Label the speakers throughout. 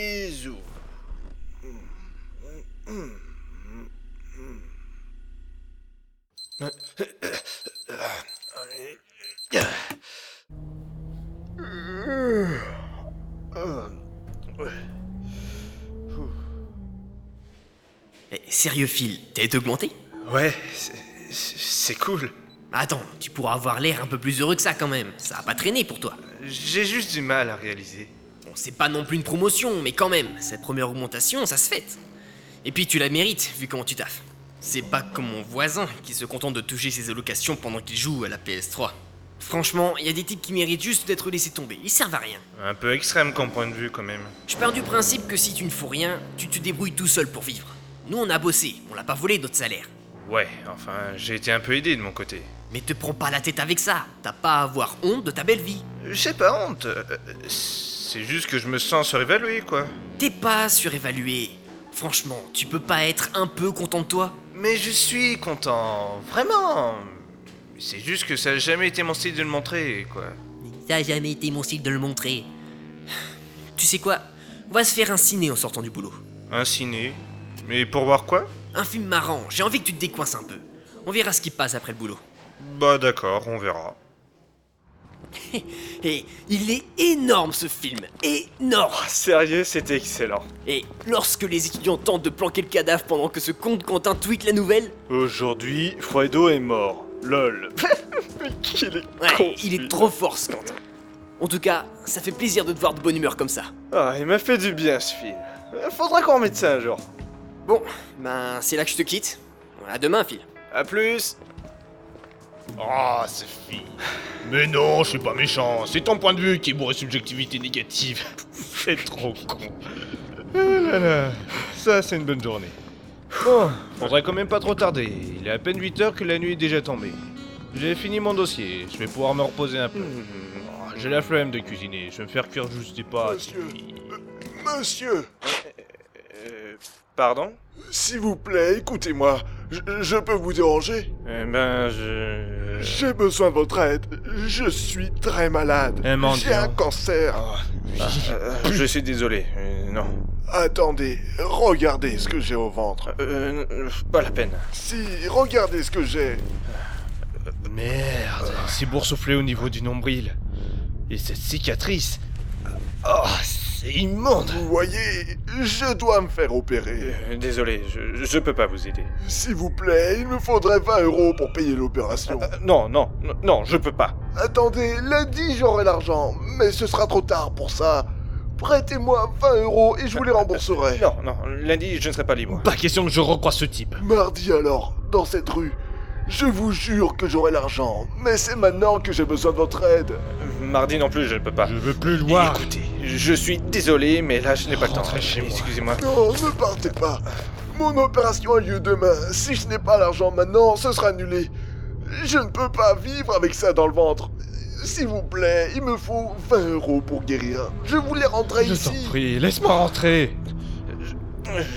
Speaker 1: Izu.
Speaker 2: Eh, sérieux Phil, t'es augmenté
Speaker 1: Ouais, c'est- c'est c'est cool.
Speaker 2: Attends, tu pourras avoir l'air un peu plus heureux que ça quand même. Ça a pas traîné pour toi.
Speaker 1: J'ai juste du mal à réaliser.
Speaker 2: Bon, c'est pas non plus une promotion, mais quand même, cette première augmentation, ça se fête. Et puis tu la mérites, vu comment tu taffes. C'est pas comme mon voisin qui se contente de toucher ses allocations pendant qu'il joue à la PS3. Franchement, il y a des types qui méritent juste d'être laissés tomber, ils servent à rien.
Speaker 1: Un peu extrême comme point de vue quand même.
Speaker 2: Je pars du principe que si tu ne fous rien, tu te débrouilles tout seul pour vivre. Nous, on a bossé, on l'a pas volé notre salaire.
Speaker 1: Ouais, enfin, j'ai été un peu aidé de mon côté.
Speaker 2: Mais te prends pas la tête avec ça, t'as pas à avoir honte de ta belle vie.
Speaker 1: J'ai pas honte. euh, euh, C'est juste que je me sens surévalué, quoi.
Speaker 2: T'es pas surévalué. Franchement, tu peux pas être un peu content de toi
Speaker 1: Mais je suis content, vraiment. C'est juste que ça a jamais été mon style de le montrer, quoi.
Speaker 2: Ça a jamais été mon style de le montrer. Tu sais quoi On va se faire un ciné en sortant du boulot.
Speaker 1: Un ciné. Mais pour voir quoi
Speaker 2: Un film marrant, j'ai envie que tu te décoinces un peu. On verra ce qui passe après le boulot.
Speaker 1: Bah d'accord, on verra.
Speaker 2: Et il est énorme ce film, énorme
Speaker 1: Ah, Sérieux, c'était excellent.
Speaker 2: Et lorsque les étudiants tentent de planquer le cadavre pendant que ce compte Quentin tweet la nouvelle,
Speaker 3: Aujourd'hui, Fredo est mort. Lol. Mais qui est
Speaker 2: ouais,
Speaker 3: con,
Speaker 2: il est
Speaker 3: lui.
Speaker 2: trop fort ce Quentin. En tout cas, ça fait plaisir de te voir de bonne humeur comme ça.
Speaker 3: Ah, il m'a fait du bien ce film. Euh, Faudra qu'on remette ça un jour.
Speaker 2: Bon, ben c'est là que je te quitte. À demain, Phil.
Speaker 3: A plus.
Speaker 4: Ah, ce fille. Mais non, je suis pas méchant. C'est ton point de vue qui est bourré de subjectivité négative. C'est trop con.
Speaker 1: Ah là là, ça c'est une bonne journée. Bon, faudrait quand même pas trop tarder. Il est à peine 8 heures que la nuit est déjà tombée. J'ai fini mon dossier, je vais pouvoir me reposer un peu. Oh, J'ai la flemme de cuisiner, je vais me faire cuire juste des pâtes.
Speaker 4: Monsieur. euh, Monsieur,
Speaker 1: pardon
Speaker 4: s'il vous plaît, écoutez-moi. Je, je peux vous déranger
Speaker 1: Eh ben, je...
Speaker 4: J'ai besoin de votre aide. Je suis très malade.
Speaker 1: Eh, mon
Speaker 4: J'ai
Speaker 1: Dieu.
Speaker 4: un cancer.
Speaker 1: je suis désolé, euh, non.
Speaker 4: Attendez, regardez ce que j'ai au ventre.
Speaker 1: Euh, euh, pas la peine.
Speaker 4: Si, regardez ce que j'ai.
Speaker 1: Merde, c'est boursouflé au niveau du nombril. Et cette cicatrice... Oh, c'est immonde
Speaker 4: Vous voyez, je dois me faire opérer.
Speaker 1: Euh, Désolé, je, je peux pas vous aider.
Speaker 4: S'il vous plaît, il me faudrait 20 euros pour payer l'opération.
Speaker 1: Euh, non, non, non, non, je peux pas.
Speaker 4: Attendez, lundi j'aurai l'argent, mais ce sera trop tard pour ça. Prêtez-moi 20 euros et je vous les rembourserai.
Speaker 1: Non, non, lundi, je ne serai pas libre.
Speaker 3: Pas question que je recroise ce type.
Speaker 4: Mardi alors, dans cette rue. Je vous jure que j'aurai l'argent, mais c'est maintenant que j'ai besoin de votre aide.
Speaker 1: Mardi non plus, je ne peux pas.
Speaker 3: Je veux plus le voir.
Speaker 1: Écoutez, je suis désolé, mais là, je n'ai pas le temps.
Speaker 3: Rentrez chez moi.
Speaker 1: Excusez-moi.
Speaker 4: Non, ne partez pas. Mon opération a lieu demain. Si je n'ai pas l'argent maintenant, ce sera annulé. Je ne peux pas vivre avec ça dans le ventre. S'il vous plaît, il me faut 20 euros pour guérir. Je vous les rendrai
Speaker 3: Je
Speaker 4: ici.
Speaker 3: t'en prie, laisse-moi rentrer.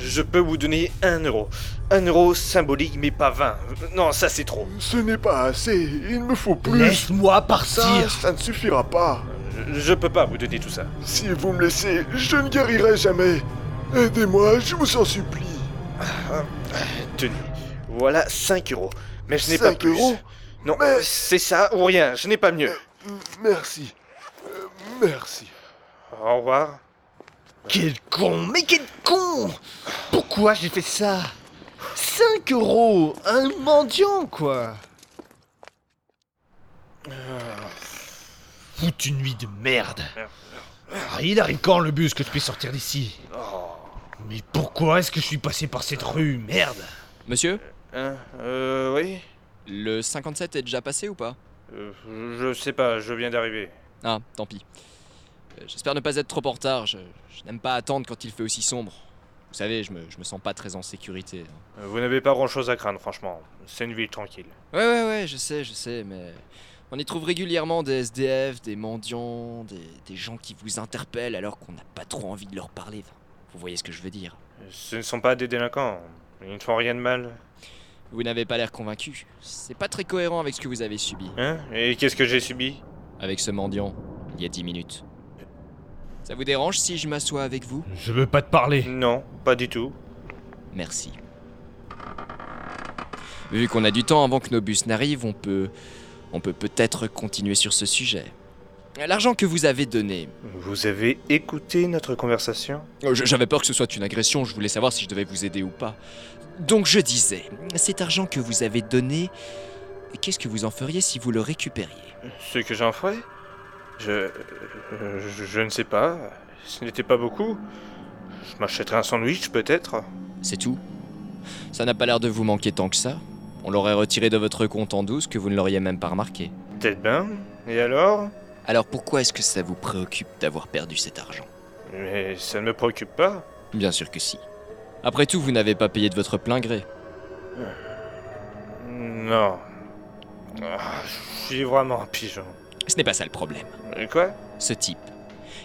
Speaker 1: Je peux vous donner un euro. Un euro symbolique, mais pas 20. Non, ça, c'est trop.
Speaker 4: Ce n'est pas assez. Il me faut plus.
Speaker 3: Laisse-moi
Speaker 4: Ça,
Speaker 3: partir.
Speaker 4: ça ne suffira pas.
Speaker 1: Je- Je peux pas vous donner tout ça.
Speaker 4: Si vous me laissez, je ne guérirai jamais. Aidez-moi, je vous en supplie.
Speaker 1: Tenez, voilà 5 euros. Mais je n'ai pas
Speaker 4: 5
Speaker 1: plus.
Speaker 4: euros
Speaker 1: Non,
Speaker 4: Mais-
Speaker 1: c'est ça ou rien, je n'ai pas mieux.
Speaker 4: M- Merci. Euh, Merci.
Speaker 1: Au revoir.
Speaker 3: Quel con, mais quel con Pourquoi j'ai fait ça 5 euros Un mendiant, quoi Foute une nuit de merde Ah, Il arrive quand le bus que je puisse sortir d'ici Mais pourquoi est-ce que je suis passé par cette rue, merde
Speaker 5: Monsieur,
Speaker 1: Hein Euh, oui
Speaker 5: le 57 est déjà passé ou pas
Speaker 1: Euh, Je sais pas, je viens d'arriver.
Speaker 5: Ah, tant pis. Euh, J'espère ne pas être trop en retard, je, je n'aime pas attendre quand il fait aussi sombre. Vous savez, je me, je me sens pas très en sécurité. hein.
Speaker 1: Vous n'avez pas grand chose à craindre, franchement. C'est une ville tranquille.
Speaker 5: Ouais, ouais, ouais, je sais, je sais, mais on y trouve régulièrement des SDF, des mendiants, des, des gens qui vous interpellent alors qu'on n'a pas trop envie de leur parler. Enfin, vous voyez ce que je veux dire
Speaker 1: Ce ne sont pas des délinquants. Ils ne font rien de mal.
Speaker 5: Vous n'avez pas l'air convaincu. C'est pas très cohérent avec ce que vous avez subi.
Speaker 6: Hein Et qu'est-ce que j'ai subi
Speaker 5: Avec ce mendiant, il y a 10 minutes. Ça vous dérange si je m'assois avec vous
Speaker 3: Je veux pas te parler.
Speaker 6: Non, pas du tout.
Speaker 5: Merci. Vu qu'on a du temps avant que nos bus n'arrivent, on peut. On peut peut-être continuer sur ce sujet. L'argent que vous avez donné.
Speaker 6: Vous avez écouté notre conversation
Speaker 5: Euh, je- J'avais peur que ce soit une agression, je voulais savoir si je devais vous aider ou pas. Donc je disais, cet argent que vous avez donné, qu'est-ce que vous en feriez si vous le récupériez
Speaker 6: Ce que j'en ferais je... euh, je. je ne sais pas. Ce n'était pas beaucoup. Je m'achèterais un sandwich peut-être.
Speaker 5: C'est tout Ça n'a pas l'air de vous manquer tant que ça. On l'aurait retiré de votre compte en douce que vous ne l'auriez même pas remarqué.
Speaker 6: Peut-être bien. Et alors
Speaker 5: Alors pourquoi est-ce que ça vous préoccupe d'avoir perdu cet argent
Speaker 6: Mais ça ne me préoccupe pas.
Speaker 5: Bien sûr que si. Après tout, vous n'avez pas payé de votre plein gré.
Speaker 1: Oh.
Speaker 6: Non. Ah, je suis vraiment un pigeon.
Speaker 5: Ce n'est pas ça le problème.
Speaker 6: Et Quoi
Speaker 5: Ce type,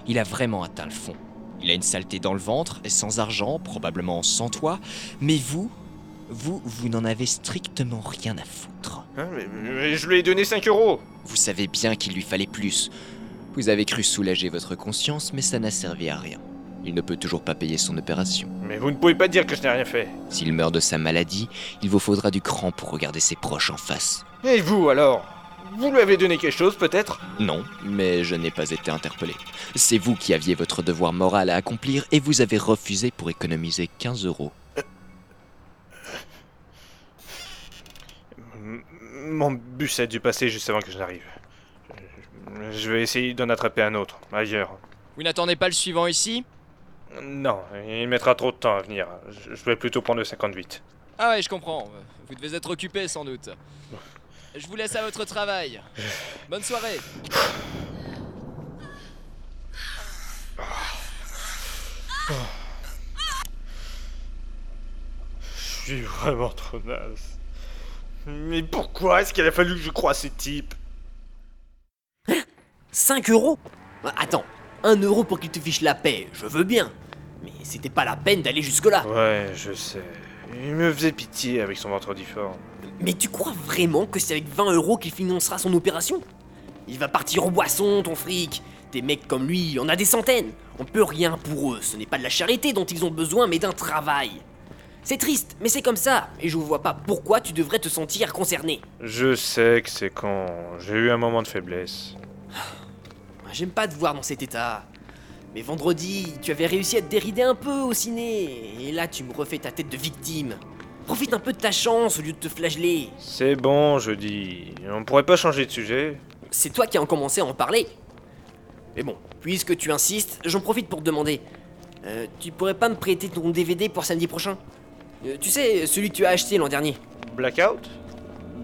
Speaker 5: il a vraiment atteint le fond. Il a une saleté dans le ventre, et sans argent, probablement sans toit, mais vous, vous, vous n'en avez strictement rien à foutre.
Speaker 6: Hein, mais, mais je lui ai donné 5 euros
Speaker 5: Vous savez bien qu'il lui fallait plus. Vous avez cru soulager votre conscience, mais ça n'a servi à rien. Il ne peut toujours pas payer son opération.
Speaker 6: Mais vous ne pouvez pas dire que je n'ai rien fait
Speaker 5: S'il meurt de sa maladie, il vous faudra du cran pour regarder ses proches en face.
Speaker 6: Et vous alors Vous lui avez donné quelque chose peut-être
Speaker 5: Non, mais je n'ai pas été interpellé. C'est vous qui aviez votre devoir moral à accomplir et vous avez refusé pour économiser 15 euros.
Speaker 6: M- Mon bus a dû passer juste avant que je n'arrive. Je- Je vais essayer d'en attraper un autre, ailleurs.
Speaker 5: Vous n'attendez pas le suivant ici
Speaker 6: Non, il mettra trop de temps à venir. Je je vais plutôt prendre le 58.
Speaker 5: Ah ouais, je comprends. Vous devez être occupé sans doute. Je vous laisse à votre travail. Bonne soirée.
Speaker 6: Je suis vraiment trop naze. Mais pourquoi est-ce qu'il a fallu que je croie à ces types
Speaker 2: 5 euros Bah, Attends, 1 euro pour qu'il te fiche la paix, je veux bien. Mais c'était pas la peine d'aller jusque-là.
Speaker 6: Ouais, je sais. Il me faisait pitié avec son ventre difforme.
Speaker 2: Mais tu crois vraiment que c'est avec 20 euros qu'il financera son opération Il va partir en boisson, ton fric Des mecs comme lui, on a des centaines On peut rien pour eux, ce n'est pas de la charité dont ils ont besoin, mais d'un travail C'est triste, mais c'est comme ça, et je vois pas pourquoi tu devrais te sentir concerné.
Speaker 6: Je sais que c'est quand j'ai eu un moment de faiblesse.
Speaker 2: J'aime pas te voir dans cet état. Mais vendredi, tu avais réussi à te dérider un peu au ciné, et là tu me refais ta tête de victime. Profite un peu de ta chance au lieu de te flageller.
Speaker 6: C'est bon, je dis. On pourrait pas changer de sujet
Speaker 2: C'est toi qui as commencé à en parler. Mais bon, puisque tu insistes, j'en profite pour te demander. Euh, tu pourrais pas me prêter ton DVD pour samedi prochain Euh, Tu sais, celui que tu as acheté l'an dernier.
Speaker 6: Blackout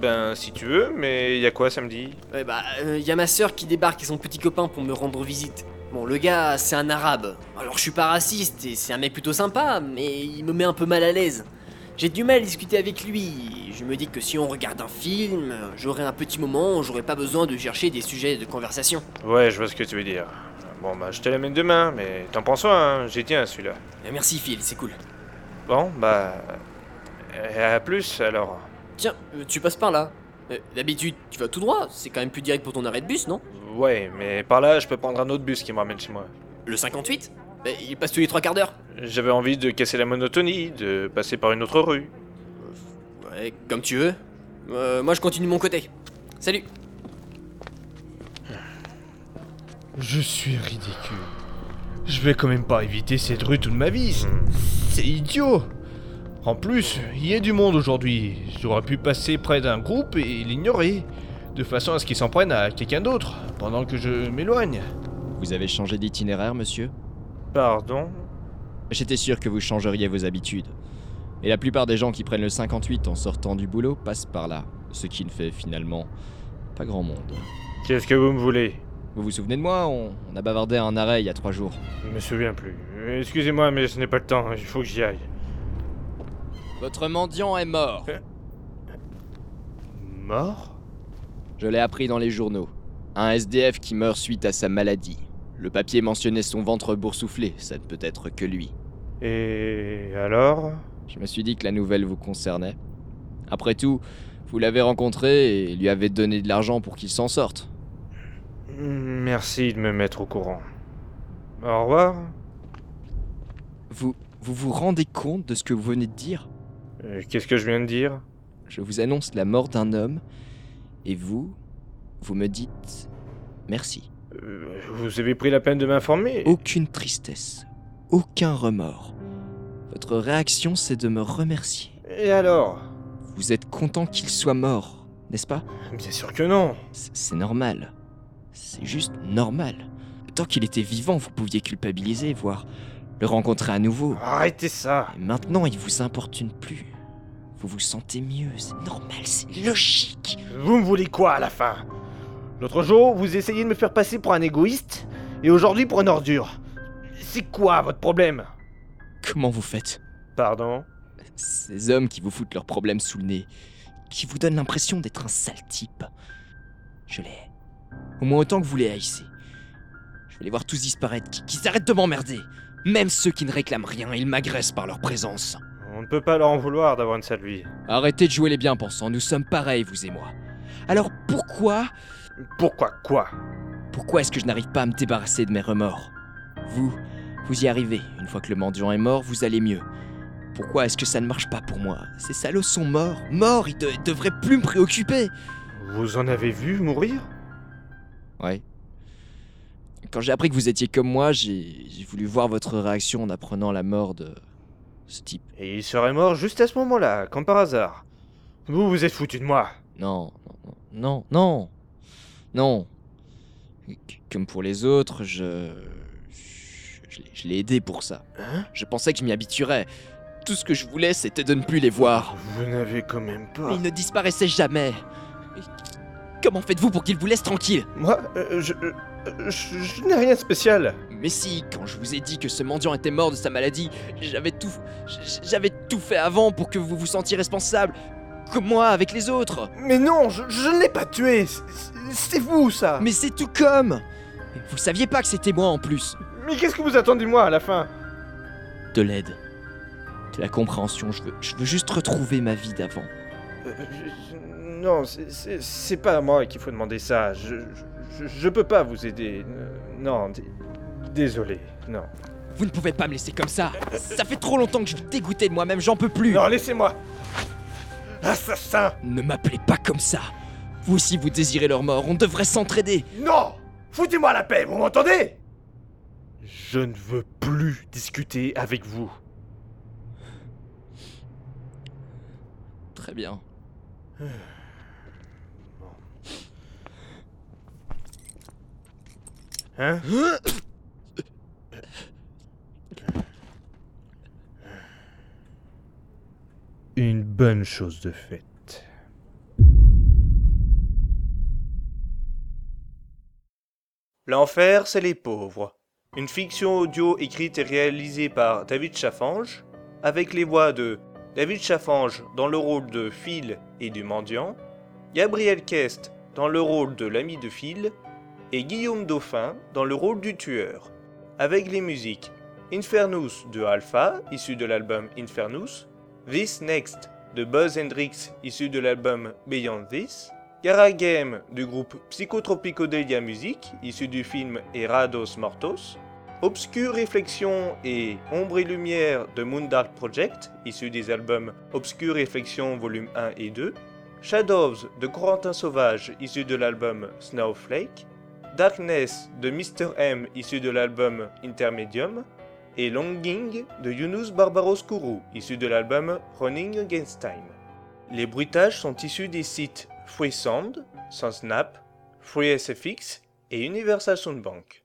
Speaker 6: Ben, si tu veux, mais y a quoi samedi
Speaker 2: Ouais, bah, euh, y a ma sœur qui débarque et son petit copain pour me rendre visite. Bon, le gars, c'est un arabe. Alors, je suis pas raciste et c'est un mec plutôt sympa, mais il me met un peu mal à l'aise. J'ai du mal à discuter avec lui. Je me dis que si on regarde un film, euh, j'aurai un petit moment où j'aurai pas besoin de chercher des sujets de conversation.
Speaker 6: Ouais, je vois ce que tu veux dire. Bon, bah, je te l'amène demain, mais t'en prends soin, hein, j'y tiens à celui-là.
Speaker 2: Euh, Merci, Phil, c'est cool.
Speaker 6: Bon, bah. euh, À plus alors.
Speaker 2: Tiens, euh, tu passes par là. Euh, D'habitude, tu vas tout droit, c'est quand même plus direct pour ton arrêt de bus, non
Speaker 6: Ouais, mais par là, je peux prendre un autre bus qui me ramène chez moi.
Speaker 2: Le 58 Bah, Il passe tous les trois quarts d'heure.
Speaker 6: J'avais envie de casser la monotonie, de passer par une autre rue.
Speaker 2: Ouais, comme tu veux. Euh, moi, je continue de mon côté. Salut
Speaker 3: Je suis ridicule. Je vais quand même pas éviter cette rue toute ma vie. c'est- C'est idiot. En plus, il y a du monde aujourd'hui. J'aurais pu passer près d'un groupe et l'ignorer. De façon à ce qu'ils s'en prennent à quelqu'un d'autre, pendant que je m'éloigne.
Speaker 5: Vous avez changé d'itinéraire, monsieur
Speaker 6: Pardon
Speaker 5: J'étais sûr que vous changeriez vos habitudes. Et la plupart des gens qui prennent le 58 en sortant du boulot passent par là, ce qui ne fait finalement pas grand monde.
Speaker 6: Qu'est-ce que vous me voulez
Speaker 5: Vous vous souvenez de moi on, on a bavardé à un arrêt il y a trois jours.
Speaker 6: Je me souviens plus. Excusez-moi, mais ce n'est pas le temps, il faut que j'y aille.
Speaker 5: Votre mendiant est mort.
Speaker 6: Mort
Speaker 5: Je l'ai appris dans les journaux. Un SDF qui meurt suite à sa maladie. Le papier mentionnait son ventre boursouflé, ça ne peut être que lui.
Speaker 6: Et alors
Speaker 5: Je me suis dit que la nouvelle vous concernait. Après tout, vous l'avez rencontré et lui avez donné de l'argent pour qu'il s'en sorte.
Speaker 1: Merci de me mettre au courant. Au revoir.
Speaker 5: Vous vous vous rendez compte de ce que vous venez de dire
Speaker 1: Euh, Qu'est-ce que je viens de dire
Speaker 5: Je vous annonce la mort d'un homme et vous, vous me dites merci.
Speaker 1: Euh, Vous avez pris la peine de m'informer
Speaker 5: Aucune tristesse, aucun remords. Votre réaction, c'est de me remercier.
Speaker 1: Et alors
Speaker 5: Vous êtes content qu'il soit mort, n'est-ce pas
Speaker 1: Bien sûr que non.
Speaker 5: C- C'est normal. C'est juste normal. Tant qu'il était vivant, vous pouviez culpabiliser, voire le rencontrer à nouveau.
Speaker 1: Arrêtez ça.
Speaker 5: Et maintenant, il vous importune plus. Vous vous sentez mieux, c'est normal, c'est logique.
Speaker 1: Vous me voulez quoi à la fin L'autre jour, vous essayez de me faire passer pour un égoïste, et aujourd'hui pour une ordure. C'est quoi votre problème
Speaker 5: Comment vous faites
Speaker 1: Pardon
Speaker 5: Ces hommes qui vous foutent leurs problèmes sous le nez, qui vous donnent l'impression d'être un sale type. Je les hais. Au moins autant que vous les haïssez. Je vais les voir tous disparaître, qu- qu'ils arrêtent de m'emmerder. Même ceux qui ne réclament rien, ils m'agressent par leur présence.
Speaker 1: On ne peut pas leur en vouloir d'avoir une sale vie.
Speaker 5: Arrêtez de jouer les bien-pensants, nous sommes pareils, vous et moi. Alors pourquoi,
Speaker 1: Pourquoi quoi
Speaker 5: pourquoi est-ce que je n'arrive pas à me débarrasser de mes remords Vous, vous y arrivez. Une fois que le mendiant est mort, vous allez mieux. Pourquoi est-ce que ça ne marche pas pour moi Ces salauds sont morts. Morts, ils, de- ils devraient plus me préoccuper.
Speaker 1: Vous en avez vu mourir
Speaker 5: Ouais. Quand j'ai appris que vous étiez comme moi, j'ai j'ai voulu voir votre réaction en apprenant la mort de ce type.
Speaker 1: Et il serait mort juste à ce moment-là, comme par hasard. Vous vous êtes foutu de moi.
Speaker 5: Non, non, non, non, non. C- Comme pour les autres, je. je- Je, l'ai- je l'ai aidé pour ça.
Speaker 1: Hein
Speaker 5: je pensais que je m'y habituerais. Tout ce que je voulais, c'était de ne plus les voir.
Speaker 1: Vous n'avez quand même
Speaker 3: Ah.
Speaker 5: Mais
Speaker 1: pas.
Speaker 5: ils ne disparaissaient jamais. Et Comment faites-vous pour qu'ils vous laissent tranquille
Speaker 1: Moi, euh, je, euh, je, je n'ai rien de spécial.
Speaker 5: Mais si, quand je vous ai dit que ce mendiant était mort de sa maladie, j'avais tout. j- J'avais tout fait avant pour que vous vous sentiez responsable. Comme moi, avec les autres.
Speaker 1: Mais non, je, je ne l'ai pas tué. c'est- c'est- C'est vous ça.
Speaker 5: Mais c'est tout comme Vous saviez pas que c'était moi en plus.
Speaker 1: mais qu'est-ce que vous attendez de moi à la fin
Speaker 5: de l'aide, de la compréhension. Je veux, je veux juste retrouver ma vie d'avant.
Speaker 1: Euh, je- je- Non, c'est- c'est c'est pas à moi qu'il faut demander ça. Je, je, je peux pas vous aider. Euh, Non, d- désolé. Non.
Speaker 5: Vous ne pouvez pas me laisser comme ça. Ça fait trop longtemps que je suis dégoûté de moi-même, j'en peux plus.
Speaker 1: Non, laissez-moi. Assassin
Speaker 5: Ne m'appelez pas comme ça. Vous aussi, vous désirez leur mort. On devrait s'entraider.
Speaker 1: Non Foutez-moi la paix, vous m'entendez Je ne veux plus discuter avec vous.
Speaker 5: Très bien.
Speaker 1: Hein Une bonne chose de faite. L'enfer, c'est les pauvres. Une fiction audio écrite et réalisée par David Chaffange, avec les voix de David Chaffange dans le rôle de Phil et du mendiant, Gabriel Kest dans le rôle de l'ami de Phil, et Guillaume Dauphin dans le rôle du tueur, avec les musiques Infernus de Alpha, issu de l'album Infernus, This Next de Buzz Hendrix, issu de l'album Beyond This, Gara Game du groupe Psychotropicodelia Music, issu du film Erados Mortos, Obscure Réflexion et Ombre et Lumière de Moondark Project, issu des albums Obscure Réflexion volume 1 et 2, Shadows de Corentin Sauvage, issu de l'album Snowflake, Darkness de Mr. M issu de l'album Intermedium et Longing de Yunus Barbaros Kourou issu de l'album Running Against Time. Les bruitages sont issus des sites FreeSound, SoundSnap, FreeSFX et Universal Soundbank.